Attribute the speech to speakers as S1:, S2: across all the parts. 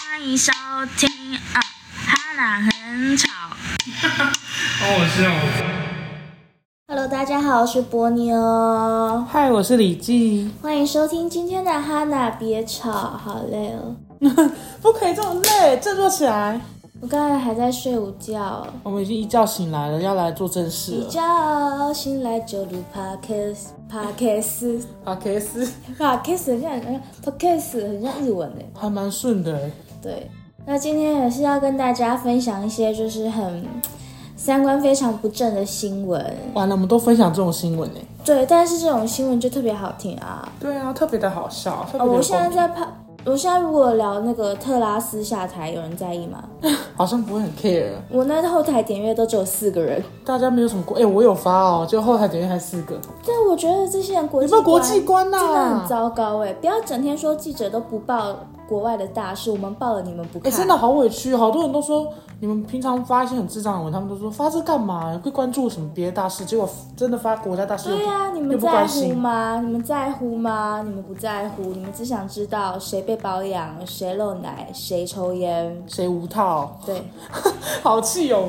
S1: 欢迎收听啊，哈娜很吵。
S2: 好好笑。
S3: Hello，大家好，我是波妞，
S4: 嗨，我是李记，
S3: 欢迎收听今天的哈娜别吵，好累哦，
S4: 不可以这么累，振作起来。
S3: 我刚才还在睡午觉，
S4: 我们已经一觉醒来了，要来做正事
S3: 一
S4: 了。
S3: 觉醒来就录 podcast podcast
S4: 啊 k s
S3: podcast 很像很像 podcast 很像日文诶，
S4: 还蛮顺的，
S3: 对，那今天也是要跟大家分享一些就是很三观非常不正的新闻，
S4: 完了，我们都分享这种新闻呢。
S3: 对，但是这种新闻就特别好听啊，
S4: 对啊，特别的好笑，特别
S3: 哦、
S4: 的、
S3: 我现在在怕，我现在如果聊那个特拉斯下台，有人在意吗？
S4: 好像不会很 care，
S3: 我那后台点阅都只有四个人，
S4: 大家没有什么过。哎、我有发哦，就后台点阅还四个，
S3: 但啊我觉得这些人国
S4: 有
S3: 际
S4: 没有国际观
S3: 观
S4: 呐、啊
S3: 真的很糟糕哎、不要整天说记者都不报国外的大事，我们报了你们不
S4: 哎、
S3: 看，
S4: 真的好委屈，好多人都说你们平常发一些很智障的文，他们都说发这干嘛？会关注什么别的大事？结果真的发国家大事又不，
S3: 对呀、你
S4: 又
S3: 们
S4: 不关
S3: 在乎
S4: 心。
S3: 吗？你们在乎吗？你们不在乎，你们只想知道谁被包养，谁漏奶，谁抽烟。
S4: 谁无套？
S3: 对，
S4: 好气哦！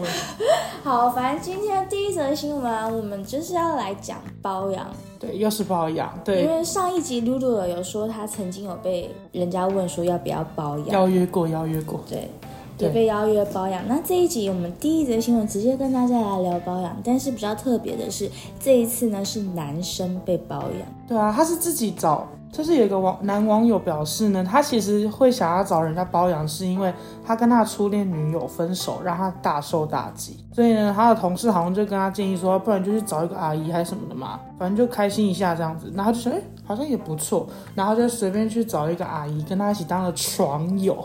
S3: 好，反正今天第一则新闻，我们就是要来讲包养，
S4: 对，又是包养，
S3: 因
S4: 对，
S3: 为上一集露露有说她曾经有被人家问说要不要包养，
S4: 邀约过，邀约过。
S3: 对，
S4: 对
S3: 也被邀约包养。那这一集我们第一则新闻直接跟大家来聊包养，但是比较特别的是，这一次呢是男生被包养，
S4: 对啊，他是自己找，就是有一个网男网友表示呢，他其实会想要找人家包养，是因为他跟他的初恋女友分手，让他大受打击。所以呢，他的同事好像就跟他建议说，不然就去找一个阿姨还是什么的嘛，反正就开心一下这样子。然后他就想，哎、好像也不错，然后就随便去找一个阿姨跟他一起当了床友。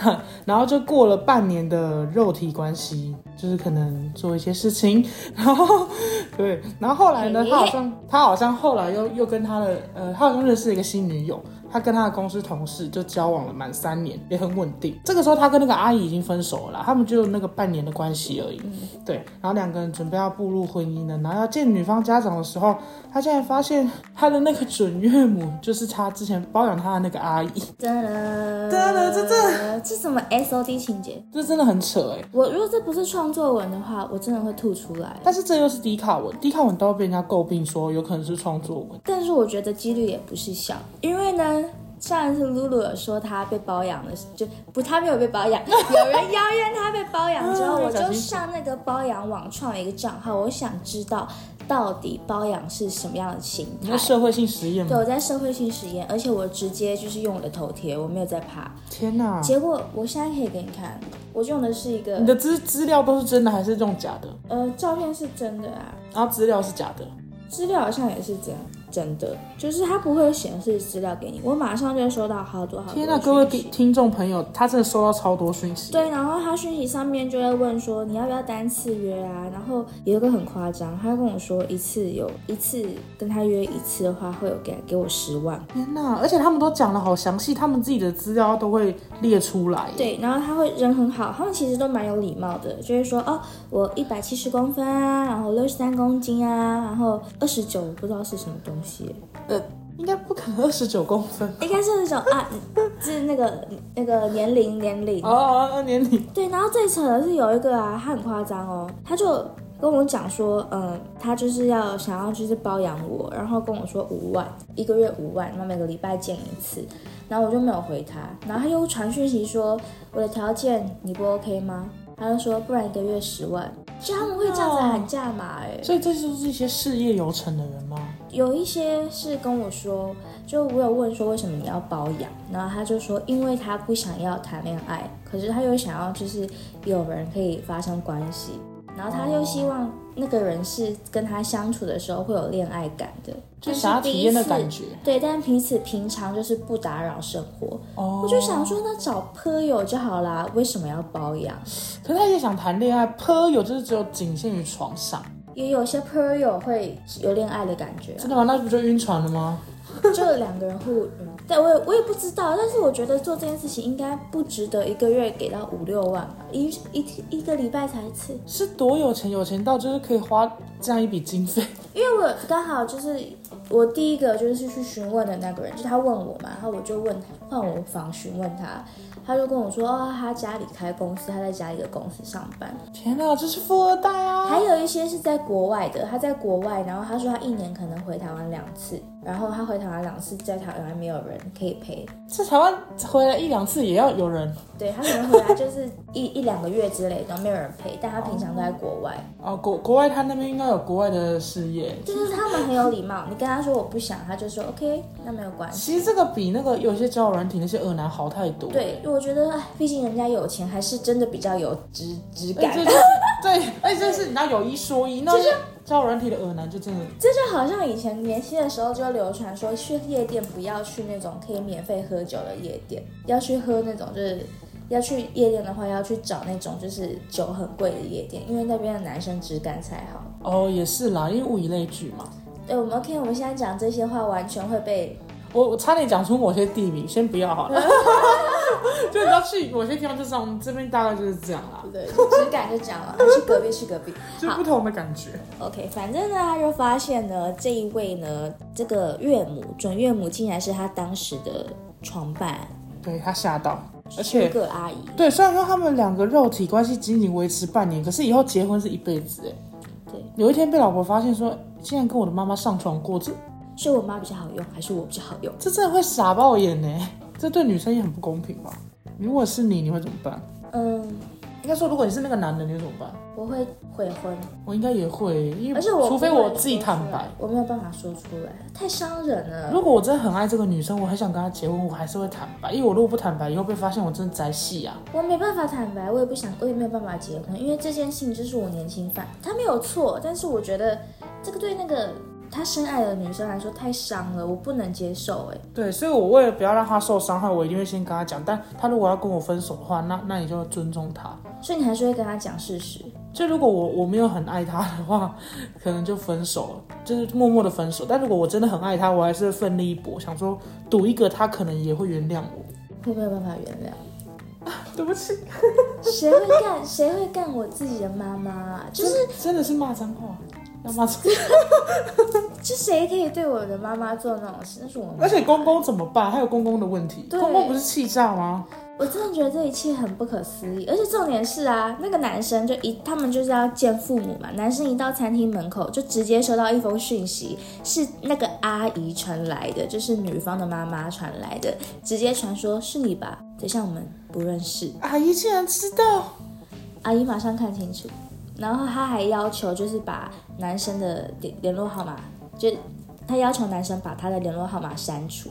S4: 然后就过了半年的肉体关系，就是可能做一些事情， 然后对，然后后来呢，他好像他好像后来又又跟他的呃，他好像认识了一个新女友，他跟他的公司同事就交往了满三年，也很稳定。这个时候他跟那个阿姨已经分手了啦，他们就那个半年的关系而已，对。然后两个人准备要步入婚姻了，然后要见女方家长的时候，他竟然发现他的那个准岳母就是他之前包养他的那个阿姨，
S3: 真的，
S4: 真的这
S3: 这这什么 S O D 情节？
S4: 这真的很扯哎、
S3: 我如果这不是创作文的话，我真的会吐出来。
S4: 但是这又是低卡文，低卡文都会被人家诟病说有可能是创作文。
S3: 但是我觉得几率也不是小，因为呢。上一次露露有说她被包养的，就不她没有被包养， 有人邀约她被包养 之后，
S4: 嗯
S3: 我
S4: 小
S3: 就
S4: 心
S3: 上那个包养网创了一个账号，我想知道到底包养是什么样的形
S4: 你
S3: 态
S4: 说。社会性实验
S3: 对，
S4: 吗？
S3: 我在社会性实验，而且我直接就是用我的头贴，我没有在怕。
S4: 天哪！
S3: 结果我现在可以给你看，我用的是一
S4: 你
S3: 个
S4: 的资资料都是真的还是这种假的？
S3: 呃照片是真的啊，
S4: 然后资料是假的，
S3: 资料好像也是这样，真的，就是它不会显示资料给你，我马上就收到好多好多。
S4: 天哪！各位听。听众朋友，他真的收到超多讯息。
S3: 对，然后他讯息上面就会问说你要不要单次约啊？然后有一个很夸张，他跟我说一次有一次跟他约一次的话，会有给给我十万。
S4: 天哪！而且他们都讲的好详细，他们自己的资料都会列出来。，
S3: 对，然后他会人很好，他们其实都蛮有礼貌的，就会说哦，我一百七十公分啊，然后六十三公斤啊，然后二十九，我不知道是什么东西，
S4: 呃，应该不可能二十九公分。
S3: 应该是那种啊，是那个那个年龄年龄。
S4: 哦哦哦，年龄
S3: 对，然后最扯的是有一个啊，他很夸张哦，他就跟我讲说，嗯，他就是要想要就是包养我，然后跟我说五万，一个月五万，那每个礼拜见一次，然后我就没有回他，然后他又传讯息说我的条件你不 OK 吗？他就说不然一个月十万，所以他们会这样子喊价嘛、哎，
S4: 所以这就是一些事业有成的人吗？
S3: 有一些是跟我说，就我有问说为什么你要包养，然后他就说因为他不想要谈恋爱，可是他又想要就是有人可以发生关系，然后他又希望那个人是跟他相处的时候会有恋爱感的，
S4: 就
S3: 但是
S4: 想要体验的
S3: 彼此
S4: 感觉。
S3: 对，但彼此平常就是不打扰生活，
S4: 哦，
S3: 我就想说那找朋友就好啦，为什么要包养？
S4: 可是他也想谈恋爱，颇有就是只有仅限于床上，
S3: 也有些朋友会有恋爱的感觉、啊
S4: 真，的吗？那不就晕船了吗？
S3: 就两个人互，嗯但我也我也不知道，但是我觉得做这件事情应该不值得一个月给到五六万吧，一一一个礼拜才一次，
S4: 是多有钱，有钱到就是可以花这样一笔经费，
S3: 因为我刚好就是我第一个就是去询问的那个人，就他问我嘛，然后我就问他换我访询问他，他就跟我说，哦，他家里开公司，他在家里的公司上班。
S4: 天哪，这是富二代啊！
S3: 还有一些是在国外的，他在国外，然后他说他一年可能回台湾两次，然后他回台湾两次，在台湾没有人可以陪，
S4: 这台湾回来一两次也要有人
S3: 对他可能回来就是一一两个月之类的，没有人陪，但他平常都在国外，
S4: 哦。国国外他那边应该有国外的事业。
S3: 就是他们很有礼貌，你跟他说我不想，他就说 OK，那没有关系。
S4: 其实这个比那个有些交友软体那些恶男好太多。
S3: 对，我觉得，哎毕竟人家有钱，还是真的比较有质质
S4: 哎，
S3: 感。
S4: 这就是对，哎，这是你要有一说一，那些交友软体的恶男就真的
S3: 这就好像以前年轻的时候就流传说，去夜店不要去那种可以免费喝酒的夜店，要去喝那种就是要去夜店的话，要去找那种就是酒很贵的夜店，因为那边的男生质感才好。
S4: 哦，也是啦，因为物以类聚嘛。
S3: 对，我们 OK，我们现在讲这些话完全会被
S4: 我我差点讲出某些地名，先不要好 了。就你知道去某些地方，就是这样这边大概就是这样啦，
S3: 对质感就讲了，去隔壁去隔壁。
S4: 就不同的感觉。
S3: OK，反正呢，他就发现呢，这一位呢，这个岳母准岳母竟然是他当时的床伴，
S4: 对他吓到，而
S3: 哥
S4: 且
S3: 哥阿姨。
S4: 对，虽然说他们两个肉体关系仅仅维持半年，可是以后结婚是一辈子哎。
S3: 对，
S4: 有一天被老婆发现说，竟然跟我的妈妈上床过，这
S3: 是我妈比较好用，还是我比较好用？
S4: 这真的会傻爆眼呢，这对女生也很不公平吧？如果是你，你会怎么办？
S3: 嗯，
S4: 应该说，如果你是那个男的，你会怎么办？
S3: 我会悔婚，
S4: 我应该也会，因为
S3: 而且我
S4: 除非
S3: 不会
S4: 我自己
S3: 说出来
S4: 坦白。，
S3: 我没有办法说出来，太伤人了。
S4: 如果我真的很爱这个女生，我很想跟她结婚，我还是会坦白，因为我如果不坦白，以后被发现我真的宅戏啊。
S3: 我没办法坦白，我也不想，我也没有办法结婚，因为这件事情就是我年轻犯，他没有错，但是我觉得这个对那个他深爱的女生来说太伤了，我不能接受、哎，
S4: 对，所以我为了不要让她受伤害，我一定会先跟她讲。但她如果要跟我分手的话，那那你就要尊重她。
S3: 所以你还是会跟他讲事实。
S4: 就如果我我没有很爱她的话，可能就分手了，就是默默的分手。但如果我真的很爱她，我还是会奋力一搏，想说赌一个她可能也会原谅我。
S3: 我没有办法原谅，
S4: 对不起，
S3: 谁会 干谁会干我自己的妈妈啊？就是
S4: 真的是骂脏话，要骂脏话。
S3: 就谁可以对我的妈妈做那种事？那是我妈妈
S4: 而且公公怎么办？还有公公的问题，
S3: 对
S4: 公公不是气炸吗？
S3: 我真的觉得这一切很不可思议，而且重点是啊，那个男生就一他们就是要见父母嘛，男生一到餐厅门口就直接收到一封讯息，是那个阿姨传来的，就是女方的妈妈传来的，直接传说是你吧？等一下我们不认识，
S4: 阿姨竟然知道。
S3: 阿姨马上看清楚，然后他还要求就是把男生的联联络号码，就他要求男生把他的联络号码删除，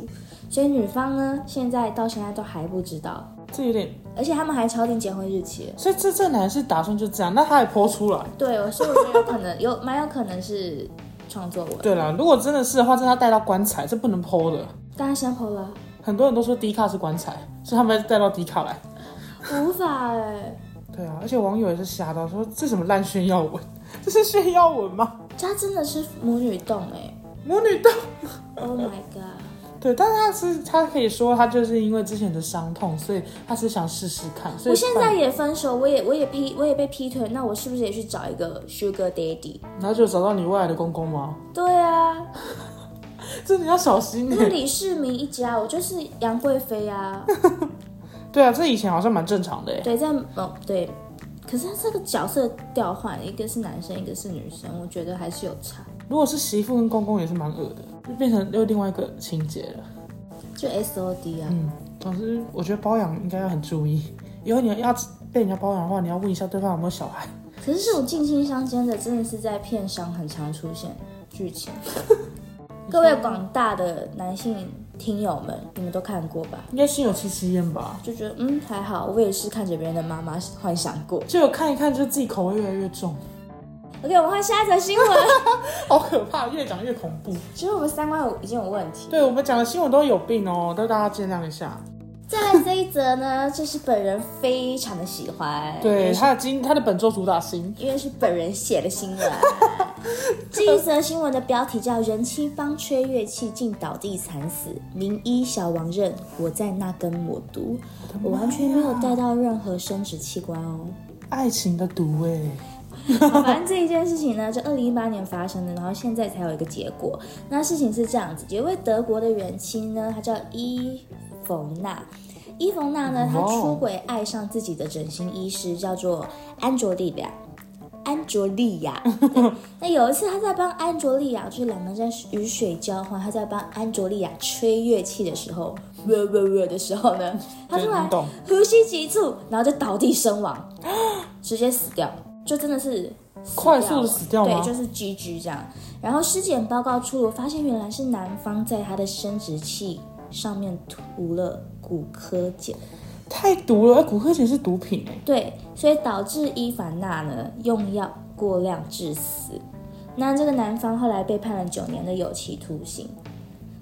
S3: 所以女方呢现在到现在都还不知道。
S4: 这有点，
S3: 而且他们还敲定结婚日期了。
S4: 所以这这男是打算就这样，那他也剖出来。
S3: 对，所以我觉得有可能，有蛮有可能是创作文，
S4: 对啦，如果真的是的话，真的要带到棺材，这不能剖的。
S3: 但他先 PO 了，
S4: 很多人都说迪卡是棺材，所以他们带到迪卡来。
S3: 我无法哎、
S4: 对啊，而且网友也是吓到说这什么烂炫耀文，这是炫耀文吗？
S3: 他真的是母女洞哎、
S4: 母女洞。
S3: o h my god！
S4: 对，但是他是他可以说他就是因为之前的伤痛，所以他是想试试看。所以
S3: 我现在也分手，我也我也劈我也被劈腿，那我是不是也去找一个 Sugar Daddy？
S4: 然后就找到你未来的公公吗？
S3: 对啊，
S4: 这你要小心欸点。
S3: 那李世民一家，我就是杨贵妃啊。
S4: 对啊，这以前好像蛮正常的耶。欸
S3: 对，在哦对，可是他这个角色调换，一个是男生，一个是女生，我觉得还是有差。
S4: 如果是媳妇跟公公也是蛮恶的，就变成又另外一个情节了。
S3: 就 S O D 啊，
S4: 嗯，总之我觉得包养应该要很注意，以后你要被人家包养的话，你要问一下对方有没有小孩。
S3: 可是这种近亲相奸的，真的是在片商很常出现剧情。各位广大的男性听友们，你们都看过吧？
S4: 应该心有戚戚焉吧？
S3: 就觉得嗯还好，我也是看着别人的妈妈幻想过。
S4: 就有看一看，就自己口味越来越重，
S3: OK，我们换下一则新闻。
S4: 好可怕，越讲越恐怖。
S3: 其实我们三观有已经有问题。
S4: 对我们讲的新闻都有病哦，都大家见谅一下。
S3: 再来这一则呢，就是本人非常的喜欢。
S4: 对，他的今他的本周主打新，
S3: 因为是本人写的新闻。这一则新闻的标题叫“人妻帮吹乐器竟倒地惨死，名医小王认我在那根魔都”，我完全没有带到任何生殖器官哦。
S4: 爱情的毒哎，
S3: 反正这一件事情呢，就二零一八年发生的，然后现在才有一个结果。那事情是这样子，有一位德国的远亲呢，他叫伊冯娜，伊冯娜呢，她
S4: 哇
S3: 出轨爱上自己的整形医师，叫做安卓丽亚。安卓丽亚，对那有一次她在帮安卓丽亚，就是两个人在雨水交换，她在帮安卓丽亚吹乐器的时候， 呃呃呃的时候呢，她突然
S4: 真懂
S3: 呼吸急促，然后就倒地身亡，直接死掉，就真的是死掉
S4: 快速地死掉吗
S3: 对，就是 GG 这样。然后尸检报告出炉，发现原来是男方在他的生殖器上面涂了骨科碱，
S4: 太毒了，哎骨科碱是毒品哎、
S3: 对，所以导致伊凡娜呢用药过量致死。那这个男方后来被判了九年的有期徒刑。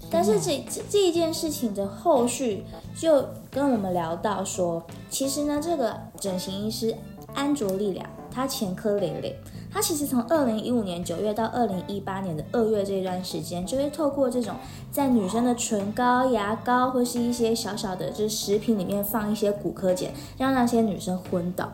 S3: 但是这这这一件事情的后续，就跟我们聊到说，其实呢，这个整形医师安卓丽俩，她前科累累。她其实从二零一五年九月到二零一八年的二月这段时间，就会透过这种在女生的唇膏、牙膏或是一些小小的就是食品里面放一些骨科碱，让那些女生昏倒。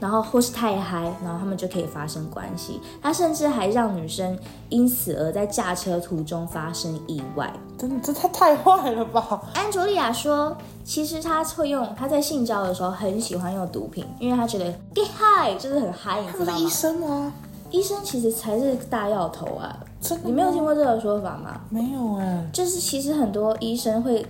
S3: 然后或是太嗨，然后他们就可以发生关系。她甚至还让女生因此而在驾车途中发生意外。
S4: 真的这太太坏了吧？
S3: 安卓丽亚说，其实她会用，她在性交的时候很喜欢用毒品，因为她觉得 get high 就是很嗨，你
S4: 他
S3: 知
S4: 不
S3: 道
S4: 是医
S3: 吗？
S4: 生吗？
S3: 医生其实才是大药头啊！
S4: 真的吗
S3: 你没有听过这个说法吗？
S4: 没有哎、
S3: 就是其实很多医生会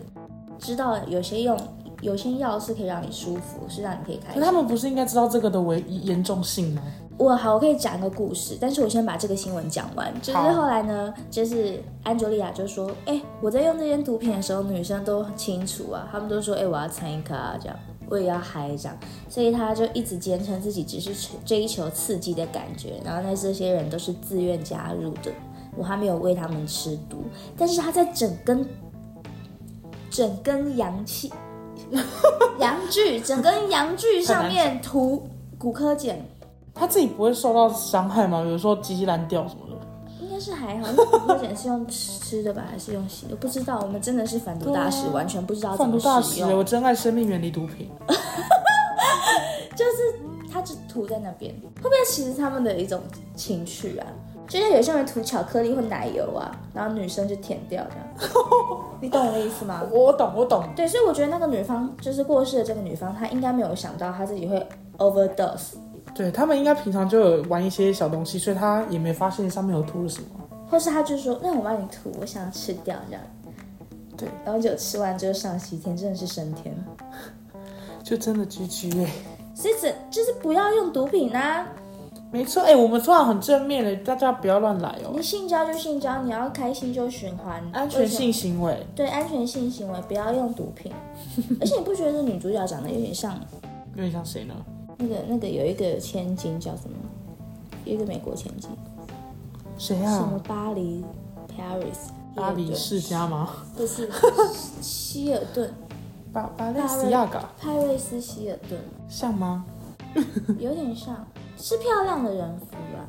S3: 知道有些用有些药是可以让你舒服，是让你可以开
S4: 可是
S3: 心。
S4: 他们不是应该知道这个的危严重性吗？
S3: 我好，我可以讲一个故事，但是我先把这个新闻讲完。就是
S4: 好
S3: 后来呢，就是安卓丽亚就说：“哎、我在用这些毒品的时候，女生都很清楚啊，她们都说，哎、我要参一颗啊，这样，我也要嗨这样。”所以她就一直坚称自己只是追求刺激的感觉，然后那这些人都是自愿加入的，我还没有喂他们吃毒，但是她在整根整根阳气阳具整根阳具上面涂骨科碱。
S4: 他自己不会受到伤害吗？比如说鸡鸡烂掉什么的？
S3: 应该是还好，那骨科碱是用吃吃的吧，还是用洗的？不知道，我们真的是反毒大师，完全不知道怎
S4: 贩啊毒
S3: 么
S4: 大
S3: 使
S4: 使，
S3: 用。
S4: 我珍爱生命，远离毒品。
S3: 它就涂在那边，会不会其实他们的一种情趣啊？就像有些人涂巧克力或奶油啊，然后女生就舔掉 这样，你懂我的意思吗？
S4: 我懂，我懂。
S3: 对，所以我觉得那个女方就是过世的这个女方，她应该没有想到她自己会 overdose，
S4: 对他们应该平常就有玩一些小东西，所以他也没发现上面有吐了什么。
S3: 或是她就说那我帮你涂，我想吃掉这样。
S4: 对，
S3: 然后就吃完之后上西天，真的是升天。
S4: 就真的 GG 哎、
S3: 所以只就是不要用毒品啊，
S4: 没错哎、我们突然很正面的，大家不要乱来哦、
S3: 你性交就性交，你要开心就循环，
S4: 安全性
S3: 为什么
S4: 行为，
S3: 对安全性行为，不要用毒 品。而且你不觉得女主角长得有点像
S4: 有点像谁呢？
S3: 那个那个有一个千金叫什么？有一个美国千金，
S4: 谁
S3: 什么
S4: 啊？
S3: 巴黎 Paris
S4: 巴黎
S3: 耶
S4: 世家吗？
S3: 顿不是希尔顿
S4: 巴巴雷斯亚嘎
S3: 派瑞斯希尔顿，
S4: 像吗？
S3: 有点像，是漂亮的人夫啊。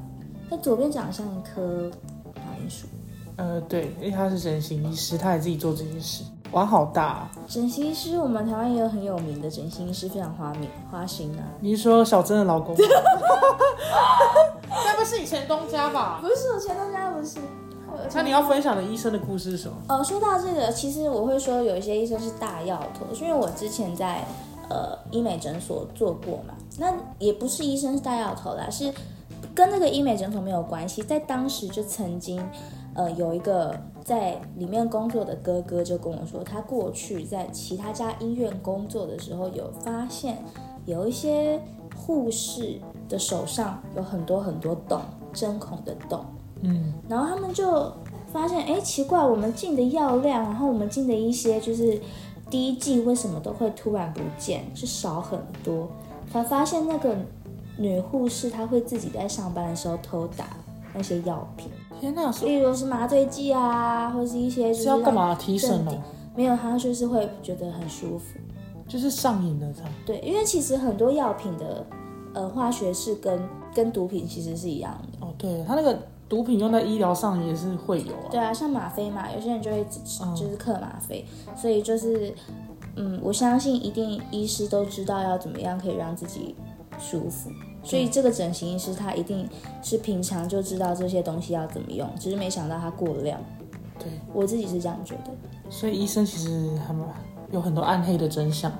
S3: 她左边长得像一棵马铃薯。
S4: 呃，对，因为他是整形医师，他也自己做这件事，玩好大、啊。
S3: 整形医师，我们台湾也有很有名的整形医师，非常花名花心啊。
S4: 你是说小珍的老 公吗？该不是以前东家吧？
S3: 不是我前东家不是。
S4: 那你要分享的医生的故事是什么？
S3: 呃，说到这个，其实我会说有一些医生是大药头，是因为我之前在呃医美诊所做过嘛，那也不是医生是大药头啦，是跟那个医美诊所没有关系，在当时就曾经。呃，有一个在里面工作的哥哥就跟我说，他过去在其他家医院工作的时候，有发现有一些护士的手上有很多很多洞，针孔的洞，
S4: 嗯，
S3: 然后他们就发现，哎，奇怪，我们进的药量，然后我们进的一些就是第一季为什么都会突然不见，是少很多。才发现那个女护士她会自己在上班的时候偷打那些药品，
S4: 天哪，是
S3: 例如是麻醉剂啊，或是一些就是
S4: 是要干
S3: 让？
S4: 嘛提神
S3: 镇
S4: 哦
S3: 定？没有，她就是会觉得很舒服。
S4: 就是上瘾的这样。
S3: 对，因为其实很多药品的呃化学式跟跟毒品其实是一样的。
S4: 哦，对，他那个毒品用在医疗上也是会有啊。
S3: 对啊，像吗啡嘛，有些人就会只吃
S4: 嗯
S3: 就是克吗啡，所以就是，嗯，我相信一定医师都知道要怎么样可以让自己舒服，所以这个整形医师他一定是平常就知道这些东西要怎么用，只是没想到他过量，
S4: 对，
S3: 我自己是这样觉得。
S4: 所以医生其实很有很多暗黑的真相。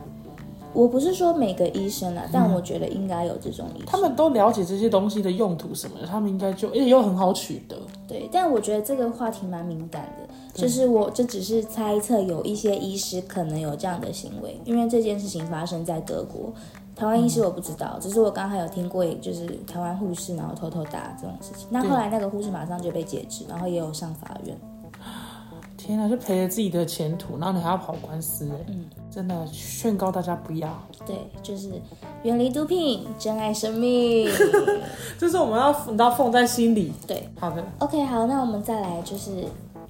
S3: 我不是说每个医生啊，但我觉得应该有这种医
S4: 嗯
S3: 生。
S4: 他们都了解这些东西的用途什么的，他们应该就而且又很好取得。
S3: 对，但我觉得这个话题蛮敏感的，就是我这只是猜测，有一些医师可能有这样的行为，因为这件事情发生在德国，台湾医
S4: 嗯
S3: 师我不知道，只是我刚才有听过，就是台湾护士然后偷偷打这种事情，那后来那个护士马上就被解职，然后也有上法院。
S4: 天哪，就赔了自己的前途，然后你还要跑官司、哎，嗯，真的劝告大家不要。
S3: 对，就是远离毒品，珍爱生 命。
S4: 这是我们要你知道放在心里。
S3: 对
S4: 好的，
S3: ，OK，好，那我们再来就是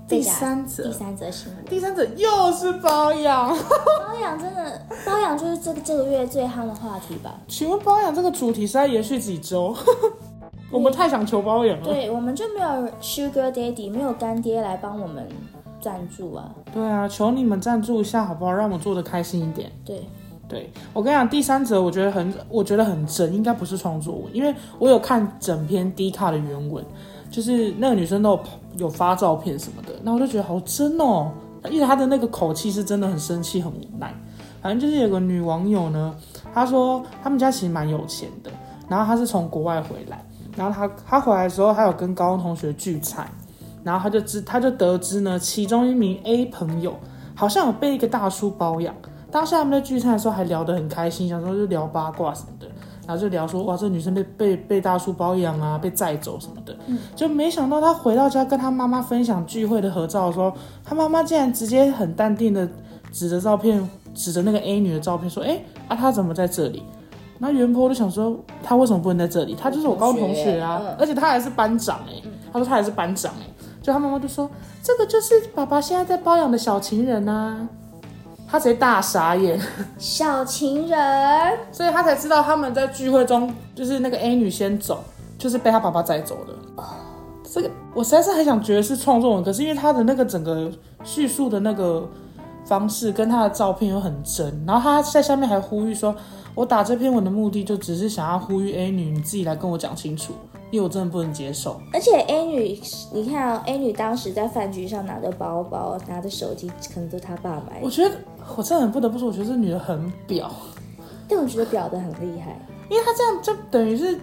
S4: 第
S3: 再讲
S4: 三则
S3: 第三则新闻。
S4: 第三者又是包养。
S3: 包养真的，包养就是这个这个月最夯的话题吧。
S4: 请问包养这个主题是要延续几周？ 我们太想求包养了。
S3: 对，我们就没有 Sugar Daddy，没有干爹来帮我们赞助啊。
S4: 对啊，求你们赞助一下好不好？让我们做的开心一点。
S3: 对，
S4: 对我跟你讲，第三者我觉得很，我觉得很真，应该不是创作文，因为我有看整篇 D 卡的原文，就是那个女生都有有发照片什么的，那我就觉得好真哦，因为她的那个口气是真的很生气，很无奈。反正就是有个女网友呢，她说他们家其实蛮有钱的，然后她是从国外回来，然后她她回来的时候，她有跟高中同学聚餐，然后她就知她就得知呢，其中一名 A 朋友好像有被一个大叔包养。当下他们在聚餐的时候还聊得很开心，想说就聊八卦什么的，然后就聊说哇，这女生被被被大叔包养啊，被载走什么的。
S3: 嗯
S4: 就没想到她回到家跟她妈妈分享聚会的合照的时候，她妈妈竟然直接很淡定的指着照片，指着那个 A 女的照片说：“哎、啊，她怎么在这里？”那袁坡就想说，她为什么不能在这里？她就是我高中同学啊，
S3: 同学嗯嗯
S4: 而且她还是班长哎、她说她还是班长哎、就她妈妈就说：“这个就是爸爸现在在包养的小情人啊。”她直接大傻眼。
S3: 小情人，
S4: 所以他才知道他们在聚会中，就是那个 A 女先走，就是被他爸爸载走的。这个我实在是很想觉得是创作文，可是因为他的那个整个叙述的那个方式跟他的照片又很真，然后他在下面还呼吁说：“我打这篇文的目的就只是想要呼吁 A 女，你自己来跟我讲清楚，因为我真的不能接受。
S3: 而且 A 女，你看、哦、A 女当时在饭局上拿着包包、拿着手机，可能都是她爸买”
S4: 我
S3: 的。
S4: 觉得我真的很不得不说，我觉得这女的很婊。
S3: 但我觉得表的很厉害，
S4: 因为他这样就等于是，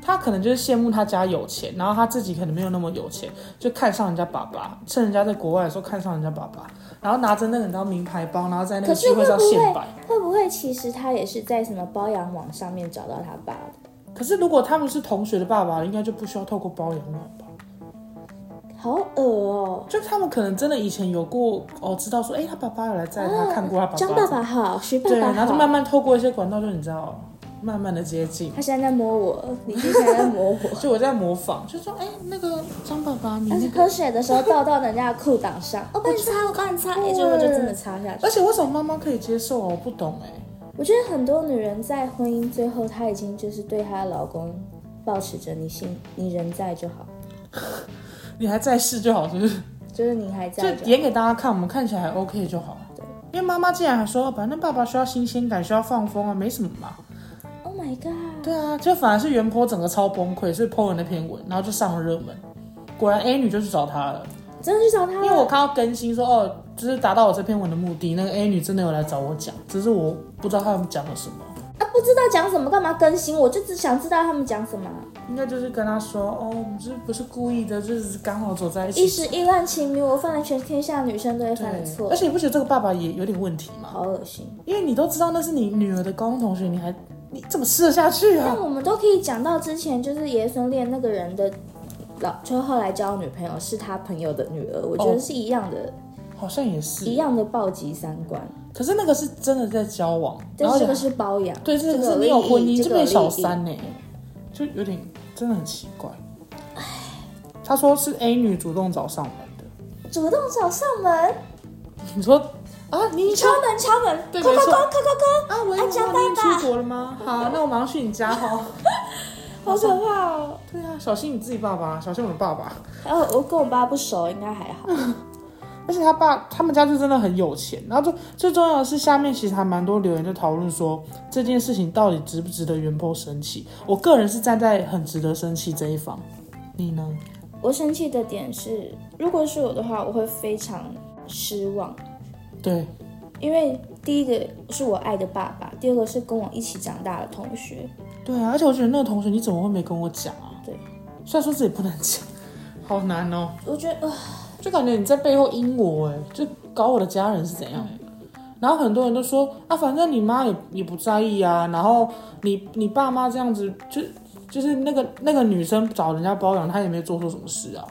S4: 他可能就是羡慕他家有钱，然后他自己可能没有那么有钱，就看上人家爸爸，趁人家在国外的时候看上人家爸爸，然后拿着那个你知道名牌包，然后在那个
S3: 可是
S4: 聚会上显摆。
S3: 会不会其实她也是在什么包养网上面找到她爸的？
S4: 可是如果他们是同学的爸爸，应该就不需要透过包养了吧？
S3: 好恶哦、
S4: 就他们可能真的以前有过哦，知道说，哎、他爸爸有来载他，看过他爸爸，
S3: 啊张爸爸好，徐爸
S4: 对，
S3: 爸
S4: 然后就慢
S3: 好。
S4: 慢透过一些管道，就你知道，慢慢的接近。
S3: 他现在在摸我，你现在在摸我。
S4: 就我在模仿，就说，哎、那个张爸爸，你
S3: 但
S4: 那
S3: 是
S4: 个
S3: 喝水的时候倒到人家的裤裆上，嗯哦我帮你擦，我帮你擦，哎，结果就真的擦下去
S4: 而。且为什么妈妈可以接受啊？我不懂哎、
S3: 我觉得很多女人在婚姻最后，她已经就是对她的老公保持着你心，你人在就好，
S4: 你还在世就好，是不是？
S3: 就是你还
S4: 就
S3: 在就好。
S4: 演给大家看，我们看起来还 OK 就好。因为妈妈竟然还说，反正爸爸需要新鲜感，需要放风啊，没什么嘛。
S3: Oh my god！
S4: 对啊，就反而是袁坡整个超崩溃，是 PO 了那篇文，然后就上了热门。果然 A 女就去找他了，
S3: 真的去找他啊
S4: 因
S3: 了，
S4: 为我看到更新说，哦，就是达到我这篇文的目的，那个 A 女真的有来找我讲，只是我不知道他们讲了什么。
S3: 啊不知道讲什么，干嘛更新？我就只想知道他们讲什么啊，
S4: 应该就是跟他说，哦，我们就是不是故意的，就是刚好走在一
S3: 一
S4: 起。
S3: 时意乱情迷，我犯了全天下女生都会犯的
S4: 对
S3: 错
S4: 而，且你不觉得这个爸爸也有点问题吗？
S3: 好恶心。
S4: 因为你都知道那是你女儿的高中同学，你还你怎么吃得下去啊
S3: 但？我们都可以讲到之前就是爷孙恋那个人的老，就后来交女朋友是他朋友的女儿，我觉得
S4: 哦
S3: 是一样的，
S4: 好像也是
S3: 一，样的暴击三观。
S4: 可是那个是真的在交往，然
S3: 但
S4: 后
S3: 是这个
S4: 也
S3: 是包养，
S4: 对，这
S3: 这个
S4: 个是没
S3: 利
S4: 有婚
S3: 益
S4: 姻，
S3: 这
S4: 这
S3: 个有
S4: 边小
S3: 利益
S4: 三呢、就有点真的很奇怪。他说是 A 女主动找上门的，
S3: 主动找上门，
S4: 你说啊，你
S3: 敲门敲门，
S4: 对
S3: 扣
S4: 没
S3: 扣扣
S4: 错
S3: 扣扣
S4: 啊，我
S3: 啊交代
S4: 你
S3: 吧
S4: 出国了吗？好，那我马上去你家 哈。
S3: 扣，好可怕哦！
S4: 对啊，小心你自己爸爸，小心我的爸爸。
S3: 还有哦我跟我爸不熟，应该还好。
S4: 而且他爸他们家就真的很有钱，然后就最重要的是，下面其实还蛮多留言就讨论说这件事情到底值不值得袁坡生气。我个人是站在很值得生气这一方，你呢？
S3: 我生气的点是，如果是我的话，我会非常失望。
S4: 对，
S3: 因为第一个是我爱的爸爸，第二个是跟我一起长大的同学，
S4: 对啊，而且我觉得那个同学你怎么会没跟我讲啊？
S3: 对，
S4: 虽然说这也不能讲， 好难哦，
S3: 我觉得啊、
S4: 就感觉你在背后阴我哎，就搞我的家人是怎样？然后很多人都说啊，反正你妈也也不在意啊，然后你你爸妈这样子就。就是那个那个女生找人家包养，她也没做错什么事啊。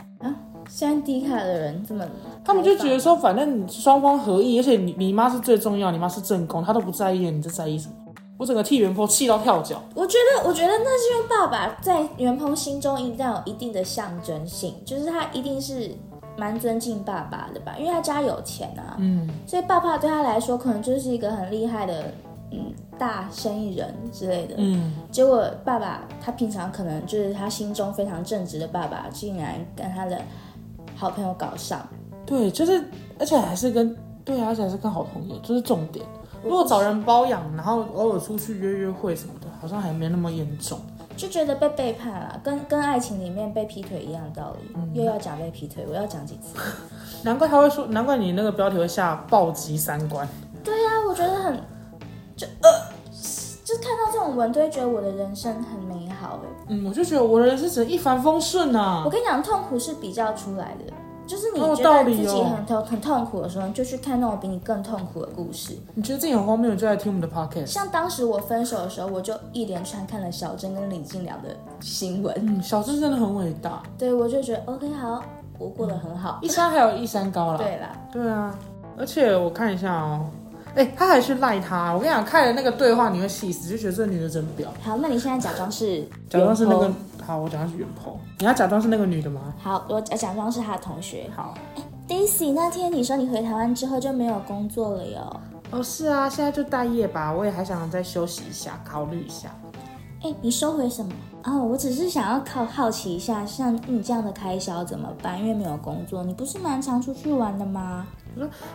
S3: 现在低卡的人这么，
S4: 他们就觉得说，反正双方合意，而且你你妈是最重要，你妈是正宫，她都不在意了，你在在意什么？我整个替元坡气到跳脚。
S3: 我觉得，我觉得那是因为爸爸在袁鹏心中一定要有一定的象征性，就是他一定是蛮尊敬爸爸的吧，因为他家有钱啊，
S4: 嗯，
S3: 所以爸爸对他来说可能就是一个很厉害的，嗯，大生意人之类的。
S4: 嗯，
S3: 结果爸爸他平常可能就是他心中非常正直的爸爸，竟然跟他的好朋友搞上，
S4: 对，就是，而且还是跟对啊，而且还是跟好朋友，这、是重点。如果找人包养，然后偶尔出去约约会什么的，好像还没那么严重。
S3: 就觉得被背叛了，跟跟爱情里面被劈腿一样道理。
S4: 嗯
S3: 又要讲被劈腿，我要讲几次？
S4: 难怪他会说，难怪你那个标题会下暴击三观。
S3: 啊，我觉得很，就呃，就看到这种文，都会觉得我的人生很美好哎、
S4: 嗯，我就觉得我的人生只能一帆风顺啊
S3: 我。跟你讲，痛苦是比较出来的，就是你
S4: 好有
S3: 觉
S4: 道
S3: 得
S4: 理
S3: 自己
S4: 哦
S3: 很痛、很痛苦的时候，你就去看那种比你更痛苦的故事。
S4: 你觉得自己很荒谬，你就来听我们的 podcast。
S3: 像当时我分手的时候，我就一连串看了小珍跟李静良的 新闻，
S4: 嗯，小智真的很伟大，
S3: 对我就觉得 OK 好，我过得很好。
S4: 一山还有一山高啦。
S3: 对啦，
S4: 对啊，而且我看一下哦，哎、他还去赖他。我跟你讲，看了那个对话，你会气死，就觉得这女的真婊。
S3: 好，那你现在假装是
S4: 假装是那
S3: 袁
S4: 个
S3: 鹏，
S4: 好，我假装是袁鹏，你要假装是那个女的吗？
S3: 好，我呃假假装是他的同学
S4: 好，
S3: Daisy。那天你说你回台湾之后就没有工作了哟。
S4: 哦，是啊，现在就待业吧，我也还想再休息一下，考虑一下。
S3: 哎、你收回什么？哦，我只是想要靠好奇一下，像你这样的开销怎么办？因为没有工作，你不是蛮常出去玩的吗？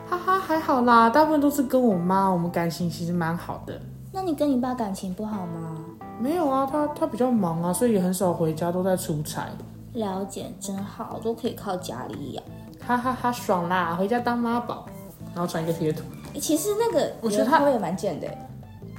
S4: 哈哈，还好啦，大部分都是跟我妈，我们感情其实蛮好的。
S3: 那你跟你爸感情不好吗？
S4: 没有啊，她她比较忙啊，所以也很少回家，都在出差。
S3: 了解，真好，都可以靠家里养。
S4: 哈哈哈，爽啦，回家当妈宝。然后传一个贴图，
S3: 欸其实那个
S4: 我觉得他
S3: 有人也蛮贱的欸，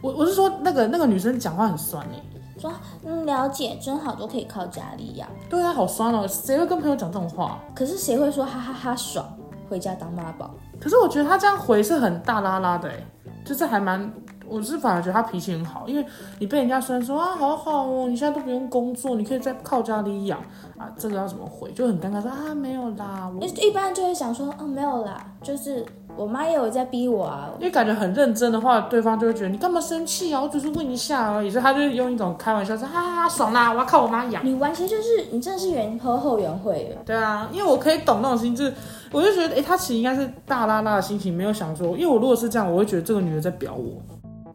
S4: 我我是说那个那个女生讲话很酸哎、
S3: 说嗯了解，真好，都可以靠家里养。
S4: 对啊，好酸哦！谁会跟朋友讲这种话？
S3: 可是谁会说哈哈哈爽，回家当妈宝？
S4: 可是我觉得他这样回是很大拉拉的、欸，就是还蛮……我是反而觉得他脾气很好，因为你被人家虽然说啊好好哦，你现在都不用工作，你可以在靠家里养啊，这个要怎么回就很尴尬说啊没有啦，我
S3: 一一般就会想说哦没有啦，就是我妈也有在逼我啊，
S4: 因为感觉很认真的话，对方就会觉得你干嘛生气啊，我只是问一下而已，所以他就用一种开玩笑说哈哈、啊、爽啦，我要靠我妈养。
S3: 你完全就是你真的是圆坡后援会了。
S4: 对啊，因为我可以懂那种心智，我就觉得，哎、他其实应该是大拉拉的心情，没有想说，因为我如果是这样，我会觉得这个女的在表我，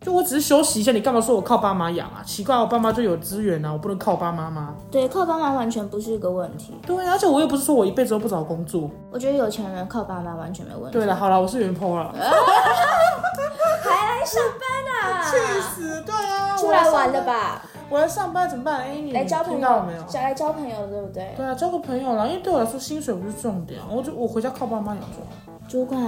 S4: 就我只是休息一下，你干嘛说我靠爸妈养啊？奇怪，我爸妈就有资源啊，我不能靠爸妈吗？
S3: 对，靠爸妈完全不是一个问题。
S4: 对啊，而且我又不是说我一辈子都不找工作。
S3: 我觉得有钱人靠爸妈完全没问题。
S4: 对了，好了，我是原 po 了，
S3: 还来上班啊？
S4: 气死！对啊，
S3: 出来玩
S4: 了
S3: 了？吧？
S4: 我来上班怎么办？哎、你
S3: 来交朋
S4: 听
S3: 友，
S4: 到没有？
S3: 想来交朋友，对不对？
S4: 对啊，交个朋友啦，因为对我来说薪水不是重点啊，我就我回家靠爸妈养就好。
S3: 主管、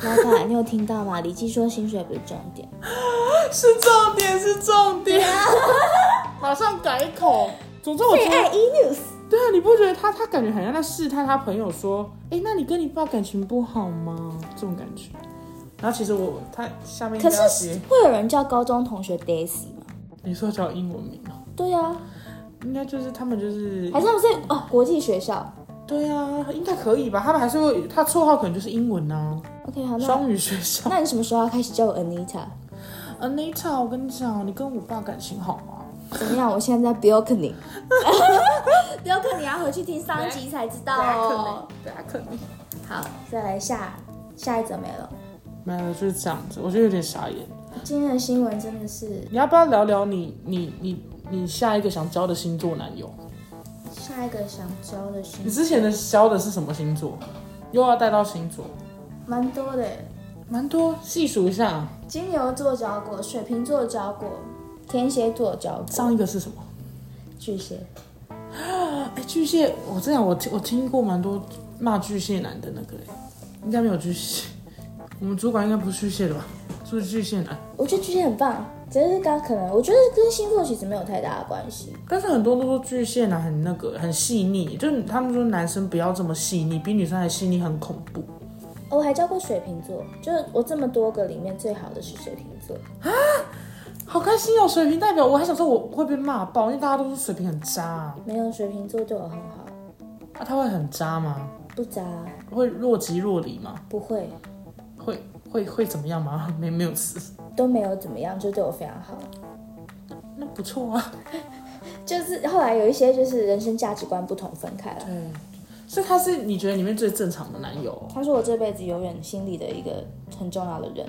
S3: 老板，你有听到吗？李记说薪水不是重点。
S4: 是重点，是重 点，马上改口。总之，我觉得，
S3: 爱 E News，
S4: 对啊，你不觉得他他感觉好像在试探他朋友说，哎、那你跟你爸感情不好吗？这种感觉。然后其实我他下面应
S3: 可
S4: 该要接
S3: 是，会有人叫高中同学 Daisy 吗？
S4: 你说叫英文名哦，
S3: 对啊，
S4: 应该就是他们就是
S3: 还是他们是哦国际学校
S4: 对啊，应该可以吧？他们还是会他绰号可能就是英文啊，
S3: ？OK，好，那
S4: 双语学校。 呃
S3: 那你什么时候要开始叫我 Anita？
S4: Anita，我跟你讲，你跟我爸感情好吗？
S3: 怎么样？我现在在 b i l k i n y b i l k i n y 要回去听上一集才知道哦。
S4: 对啊，肯定。
S3: 好，再来下下一则没了。
S4: 没有，就是这样子，我觉得有点傻眼。
S3: 今天的新闻真的是
S4: 你要不要聊聊你你你你下一个想交的星座男友？
S3: 下一个想交的新
S4: 你
S3: 闻，
S4: 之前的交的是什么星座？又要带到星座，
S3: 蛮多的耶。
S4: 蛮多，细数一下。
S3: 金牛座交过，水瓶座交过，天蝎座交过，
S4: 上一个是什么？
S3: 巨蟹。
S4: 哎，巨蟹，我这样我听我听过蛮多骂巨蟹男的那个，哎应该没有巨蟹。 我们主管应该不是巨蟹的吧？是不是巨蟹男？
S3: 我觉得巨蟹很棒，只是刚可能我觉得跟星座其实没有太大的关系。
S4: 但是很多都说巨蟹男很那个，很细腻，就是他们说男生不要这么细腻，比女生还细腻，很恐怖。
S3: 哦我还教过水瓶座，就是我这么多个里面最好的是水瓶座。
S4: 好开心哦，水瓶代表！我还想说我会被骂爆，因为大家都说水瓶很渣啊，
S3: 没有水瓶座对我很好，
S4: 啊他会很渣吗？
S3: 不渣，
S4: 会若即若离吗？
S3: 不会，
S4: 会会会怎么样吗？ 没没有事，
S3: 都没有怎么样，就对我非常好。
S4: 那不错啊。
S3: 就是后来有一些就是人生价值观不同分开了。
S4: 对，所以他是你觉得里面最正常的男友哦？
S3: 他是我这辈子永远心里的一个很重要的人，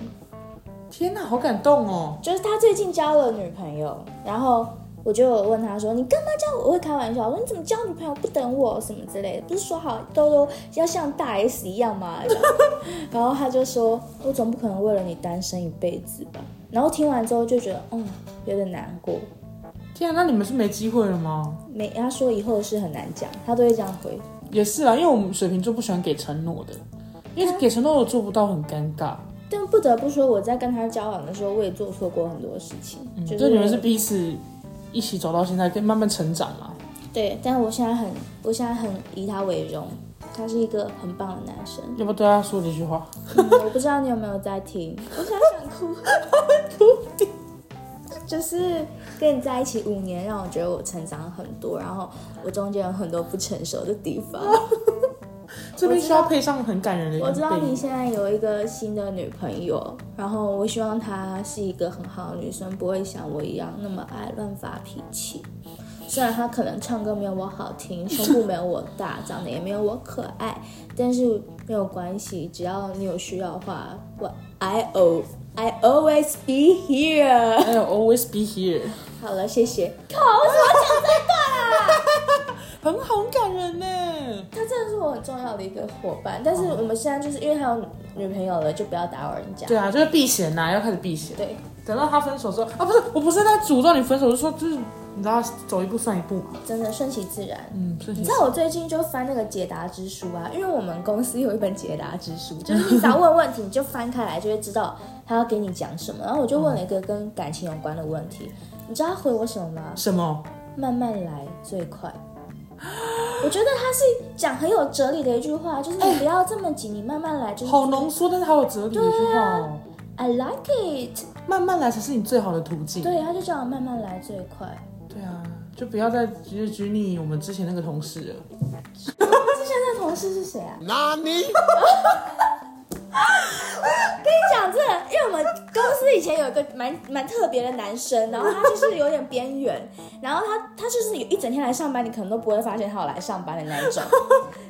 S4: 天哪，好感动哦！
S3: 就是他最近交了女朋友，然后我就有问他说：“你干嘛交？”我会开玩笑，我说：“你怎么交女朋友不等我什么之类的？不是说好都都要像大 S 一样吗？” 然后他就说：“我总不可能为了你单身一辈子吧？”然后听完之后就觉得，嗯，有点难过。
S4: 天啊，那你们是没机会了吗？
S3: 没，他说以后的事很难讲，他都会这样回。
S4: 也是啊啦，因为我们水瓶座不喜欢给承诺的，因为给承诺我做不到很尴尬。
S3: 但不得不说，我在跟他交往的时候，我也做错过很多事情。就
S4: 就是你们是彼此一起走到现在，跟慢慢成长嘛。
S3: 对，但我现在很，我现在很以他为荣，他是一个很棒的男生。
S4: 要不要对他说几句话？
S3: 嗯我不知道你有没有在听，我想想哭，哭。就是跟你在一起五年，让我觉得我成长很多，然后我中间有很多不成熟的地方。
S4: 这边需要配上很感人的一
S3: 我
S4: 个
S3: 知道
S4: 背
S3: 你
S4: 影。
S3: 现在有一个新的女朋友，然后我希望她是一个很好的女生，不会像我一样那么爱乱发脾气。虽然她可能唱歌没有我好听，胸部没有我大，长得也没有我可爱，但是没有关系，只要你有需要的话，我 I O I always be here。
S4: 还有 always be here，
S3: 好了，谢谢。靠，为什么要讲这段啊？
S4: 很好，很感人呢。
S3: 他真的是我很重要的一个伙伴，但是我们现在就是因为他有女朋友了，就不要打扰人家。
S4: 对啊，就是避嫌呐、要开始避嫌。
S3: 对。
S4: 等到他分手之后啊，不是，我不是在诅咒你分手，我是说就是你知道走一步算一步嘛。
S3: 真的顺其自然。
S4: 嗯，顺其
S3: 你
S4: 自
S3: 知道我最近就翻那个解答之书啊，因为我们公司有一本解答之书，就是你只要问问题，你就翻开来就会知道他要给你讲什么。然后我就问了一个跟感情有关的问题，你知道他回我什么吗？
S4: 什么？
S3: 慢慢来最快。我觉得他是讲很有哲理的一句话，就是你不要这么急，你慢慢来就是。
S4: 哎好浓缩，但是好有哲理的一句话
S3: 啊
S4: 哦。
S3: I like it。
S4: 慢慢来才是你最好的途径。
S3: 对，他就叫我慢慢来最快。
S4: 对啊，就不要再拘拘泥我们之前那个同事了。
S3: 之前的同事是谁啊？纳尼？跟你讲这个，因为我们公司以前有一个蛮蛮特别的男生，然后他就是有点边缘，然后他他就是有一整天来上班，你可能都不会发现他有来上班的 那一种。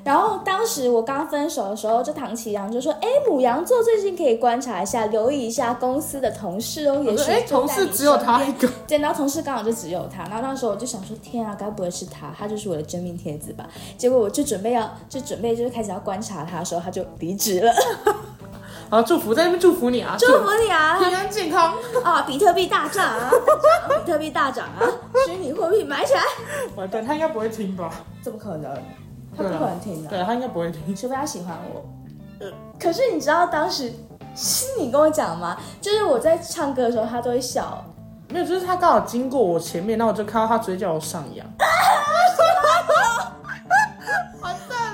S3: 然后当时我刚分手的时候，就唐启阳就说：“哎，母羊座最近可以观察一下，留意一下公司的同事哦，也
S4: 我
S3: 许
S4: 说哎，
S3: 就
S4: 同
S3: 在
S4: 事
S3: 你
S4: 只有
S3: 身
S4: 他
S3: 边
S4: 一个。
S3: 对，然后同事刚好就只有他，然后那时候我就想说，天啊，该不会是他？他就是我的真命天子吧？结果我就准备要，就准备就是开始要观察他的时候，他就离职了。
S4: 好，祝福在那边祝福你啊，
S3: 祝福你啊！
S4: 平安健康。
S3: 啊，比特币大涨啊，比特币大涨啊，虚拟货币买起来！
S4: 完蛋，他应该不会听吧？
S3: 怎么可能？他
S4: 对
S3: 不
S4: 啊
S3: 可能听的、
S4: 对，他应该不会听。
S3: 除非他喜欢我。可是你知道当时 是你跟我讲吗？就是我在唱歌的时候，他都会笑。
S4: 没有，就是他刚好经过我前面，然后我就看到他嘴角有上扬。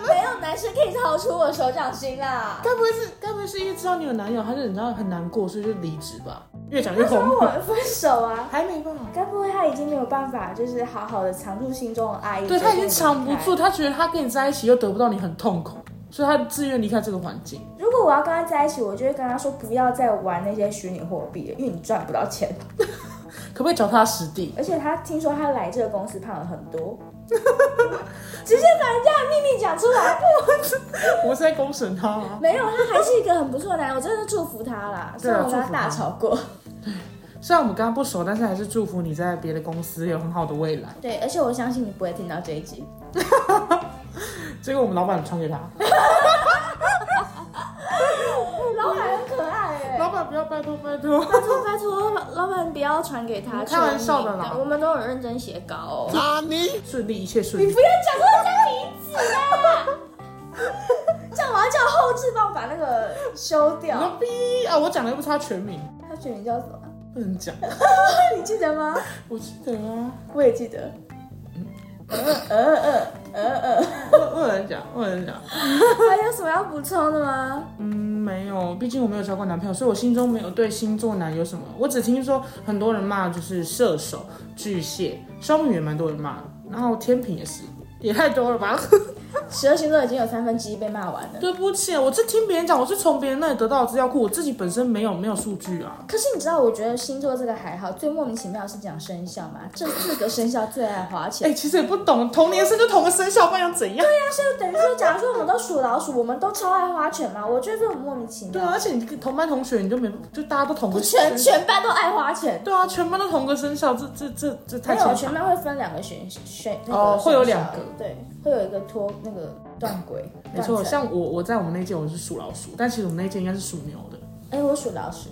S3: 没有男生可以逃出我手掌心啦。
S4: 该不会是该不会是因为知道你有男友，他就你知道很难过，所以就离职吧？越讲越
S3: 为什
S4: 恐
S3: 么
S4: 怖
S3: 我。们分手啊？
S4: 还没吧？
S3: 该不会他已经没有办法，就是好好的藏住心中的爱意？
S4: 对
S3: 决定
S4: 他已经藏不住，
S3: 离
S4: 他觉得他跟你在一起又得不到你，很痛苦，所以他自愿离开这个环境。
S3: 开。如果我要跟他在一起，我就会跟他说不要再玩那些虚拟货币了，因为你赚不到钱。
S4: 可不可以脚踏实地？
S3: 而且他听说他来这个公司胖了很多， 直接把人家的秘密讲出来。
S4: 我是在公审他、啊。
S3: 没有，他还是一个很不错的男人，我真的祝福他啦。虽然我跟他大吵过，
S4: 虽然我们刚刚不熟，但是还是祝福你在别的公司有很好的未来。
S3: 对，而且我相信你不会听到这一集。
S4: 这个我们老板传给他，
S3: 老板很可爱哎、
S4: 老板不要拜托拜托。
S3: 拜托拜托，老板不要传给他，
S4: 开玩笑的啦
S3: 求你我们都有认真写稿哦。
S4: 顺利，一切顺
S3: 你
S4: 利
S3: 不。要讲出人家名字啦！这样我要要叫后置帮我把那个修
S4: 你
S3: 掉。
S4: 说逼啊！我讲的又不是他全名，
S3: 他全名叫什么？
S4: 不能讲。
S3: 你记得吗？嗯
S4: 我记得啊，
S3: 我也记得。呃呃呃呃，
S4: 我我能讲，我能讲。
S3: 还有什么要补充的吗？
S4: 嗯，没有，毕竟我没有交过男朋友，所以我心中没有对星座男有什么。我只听说很多人骂就是射手、巨蟹、双鱼也蛮多人骂的，然后天平也是，也太多了 吧？
S3: 十二星座已经有三分之一被骂完了。
S4: 对不起，我是听别人讲，我是从别人那里得到的资料库，我自己本身没有没有数据啊。
S3: 可是你知道，我觉得星座这个还好，最莫名其妙的是讲生肖嘛，这四个生肖最爱花
S4: 哎、
S3: 钱。
S4: 其实也不懂，同年生就同个生肖，不然又怎样？
S3: 就等于说，假如说我们都属老鼠，我们都超爱花钱嘛，我觉得这种莫名其
S4: 对
S3: 妙。
S4: 啊，而且你同班同学，你就没就大家都同
S3: 我
S4: 个
S3: 全
S4: 生肖
S3: 全班都爱花钱，
S4: 对啊，全班都同个生肖，这这这这太
S3: 没有，
S4: 牵
S3: 全
S4: 强。
S3: 班会分两个选选那个
S4: 哦会有
S3: 生肖
S4: 两个
S3: 对，会有一个脱那个断轨。
S4: 没错，
S3: 断层
S4: 像我我在我们那届我是属老鼠，但其实我们那届应该是属牛的。
S3: 哎，我属老鼠，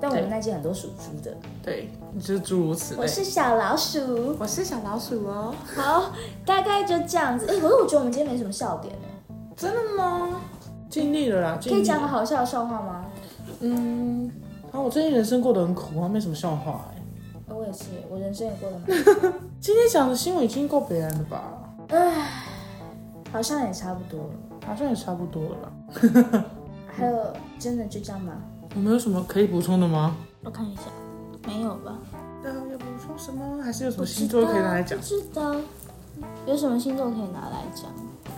S3: 但我
S4: 对
S3: 们那届很多属猪的。
S4: 对，就是诸如此类。
S3: 我是小老鼠。
S4: 我是小老鼠哦，
S3: 好，大概就这样子。哎，可是我觉得我们今天没什么笑点哎，
S4: 真的吗？尽力了啦，
S3: 可
S4: 尽
S3: 以
S4: 力
S3: 讲个
S4: 了。
S3: 好笑的笑话吗？
S4: 嗯，然、后我最近人生过得很苦啊，没什么笑话哎、
S3: 哦我也是，我人生也过得蛮。
S4: 嗯今天讲的新闻已经够北然了吧？
S3: 好像也差不多了。
S4: 好像也差不多了啦。
S3: 还有，真的就这样吗？
S4: 我们有什么可以补充的吗？
S1: 我看一下，没有吧？
S4: 对啊，要补充什么？还是有什么星座可以拿来讲
S1: 不？知道有什么星座可以拿来讲？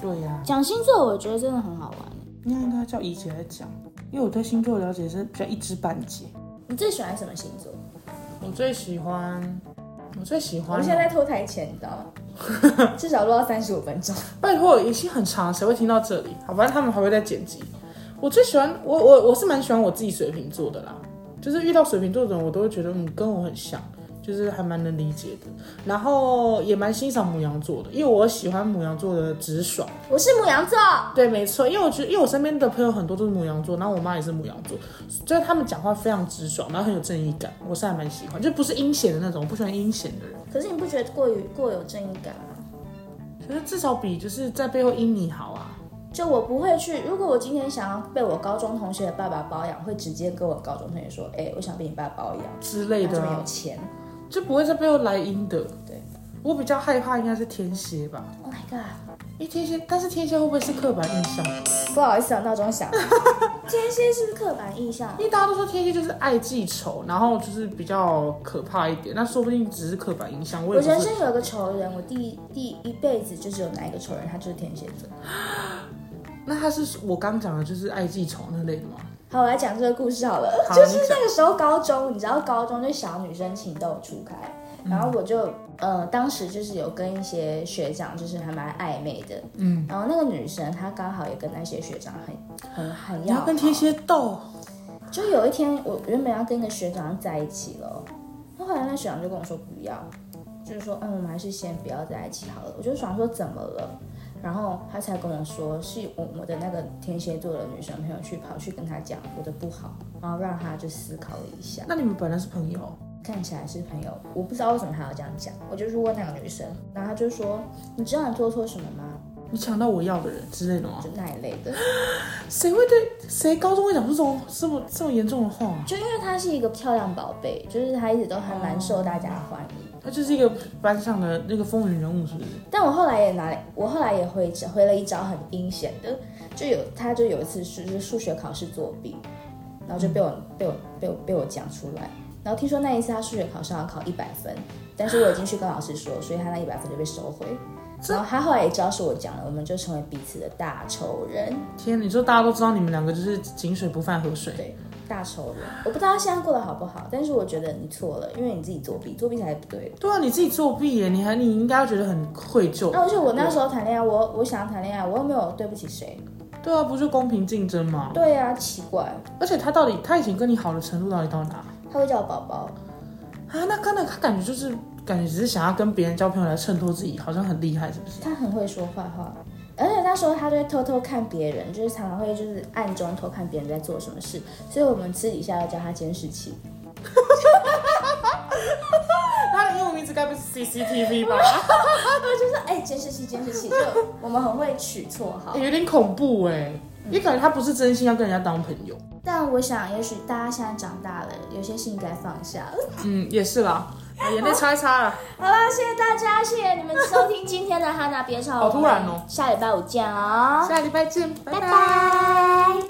S4: 对呀、
S1: 讲星座，我觉得真的很好玩。
S4: 那应该叫怡姐来讲，因为我对星座了解是比较一知半解。
S3: 你最喜欢什么星座？
S4: 我最喜欢，我最喜
S3: 我
S4: 欢
S3: 们
S4: 哦。
S3: 现在在拖台前，你知道吗？ 至少录到三十五分钟。
S4: 拜托，已经很长，谁会听到这里？好，反正他们还会再剪辑。我最喜欢我我我是蛮喜欢我自己水瓶座的啦，就是遇到水瓶座的人，我都会觉得嗯跟我很像，就是还蛮能理解的。然后也蛮欣赏母羊座的，因为我喜欢母羊座的直爽。
S3: 我是母羊座，
S4: 对，没错，因为我觉得因为我身边的朋友很多都是母羊座，然后我妈也是母羊座，就是他们讲话非常直爽，然后很有正义感，我是还蛮喜欢，就不是阴险的那种，我不喜欢阴险的人。
S3: 可是你不觉得过于过有正义感吗？
S4: 可是至少比就是在背后阴你好啊。
S3: 就我不会去，如果我今天想要被我高中同学的爸爸包养，会直接跟我高中同学说：“哎、我想被你爸包养。”
S4: 之类
S3: 他
S4: 的、
S3: 这么
S4: 啊
S3: 有，钱
S4: 就不会在背后来阴的。
S3: 对，
S4: 我比较害怕应该是天蝎吧，
S3: ，Oh my god！
S4: 因为天蝎，但是天蝎会不会是刻板印象？
S3: 不好意思啊，闹钟 响了。天蝎是不是刻板印象
S4: 因？为大家都说天蝎就是爱记仇，然后就是比较可怕一点，那说不定只是刻板印象。我
S3: 我
S4: 也不
S3: 人
S4: 是，
S3: 生有个仇人，我第一第一辈子就只有哪一个仇人，他就是天蝎座。
S4: 那他是我刚讲的就是爱记仇那类的吗？
S3: 好，我来讲这个故事好了。
S4: 好
S3: 就是
S4: 你讲
S3: 那个时候高中，你知道高中对小女生情窦初开，然后我就呃当时就是有跟一些学长就是还蛮暧昧的，嗯，然后那个女生她刚好也跟那些学长很很很
S4: 你
S3: 要
S4: 要
S3: 好
S4: 跟天蝎斗，
S3: 就有一天我原本要跟一个学长在一起了，那后来那学长就跟我说不要，就是说嗯我们还是先不要在一起好了。我就想说怎么了，然后他才跟我说是我我的那个天蝎座的女生朋友去跑去跟他讲我的不好，然后让他就思考了一下，
S4: 那你们本来是朋友，
S3: 看起来是朋友，我不知道为什么他要这样讲，我就去问那个女生，然后他就说你知道你做错什么吗？
S4: 你抢到我要的人之类的吗
S3: 就？那一类的。
S4: 谁会对谁高中会讲出这种这么这么严重的话啊、
S3: 就因为她是一个漂亮宝贝，就是她一直都还蛮受大家欢迎。
S4: 他就是一个班上的那个风云人物，是不是？
S3: 但我后来也拿，我后来也回回了一招很阴险的，就有他就有一次是就是数学考试作弊，然后就被我被我被我被我讲出来。然后听说那一次他数学考上要考一百分，但是我已经去跟老师说，所以他那一百分就被收回。然后他后来也知道是我讲的，我们就成为彼此的大仇人，
S4: 天，你说大家都知道你们两个就是井水不犯河水，
S3: 对，大仇人。我不知道他现在过得好不好，但是我觉得你错了，因为你自己作弊，作弊才不对。
S4: 对啊，你自己作弊耶，你还你应该要觉得很愧疚。
S3: 那而且我那时候谈恋爱，我我想要谈恋爱，我又没有对不起谁。
S4: 对啊，不就公平竞争吗？
S3: 对啊，奇怪，
S4: 而且他到底他以前跟你好的程度到底到哪
S3: 他会叫我宝宝。
S4: 啊？那看那他感觉就是感觉只是想要跟别人交朋友来衬托自己，好像很厉害，是不是？
S3: 他很会说坏话，而且那时候他就会偷偷看别人，就是常常会就是暗中偷看别人在做什么事，所以我们私底下要叫他监视器。
S4: 他的英文名字该不是 CCTV 吧？
S3: 他就是哎、监视器，监视器，就我们很会取绰号
S4: 欸。有点恐怖哎、因为感觉他不是真心要跟人家当朋友。
S3: 但我想，也许大家现在长大了，有些事应该放下了。
S4: 嗯，也是啦，啊眼泪擦一擦啦。
S3: 好啦，谢谢大家，谢谢你们收听今天的《哈娜别吵》，
S4: 好突然哦
S3: 我们下礼拜五见哦，
S4: 下礼拜见，拜
S3: 拜
S4: 拜
S3: 拜。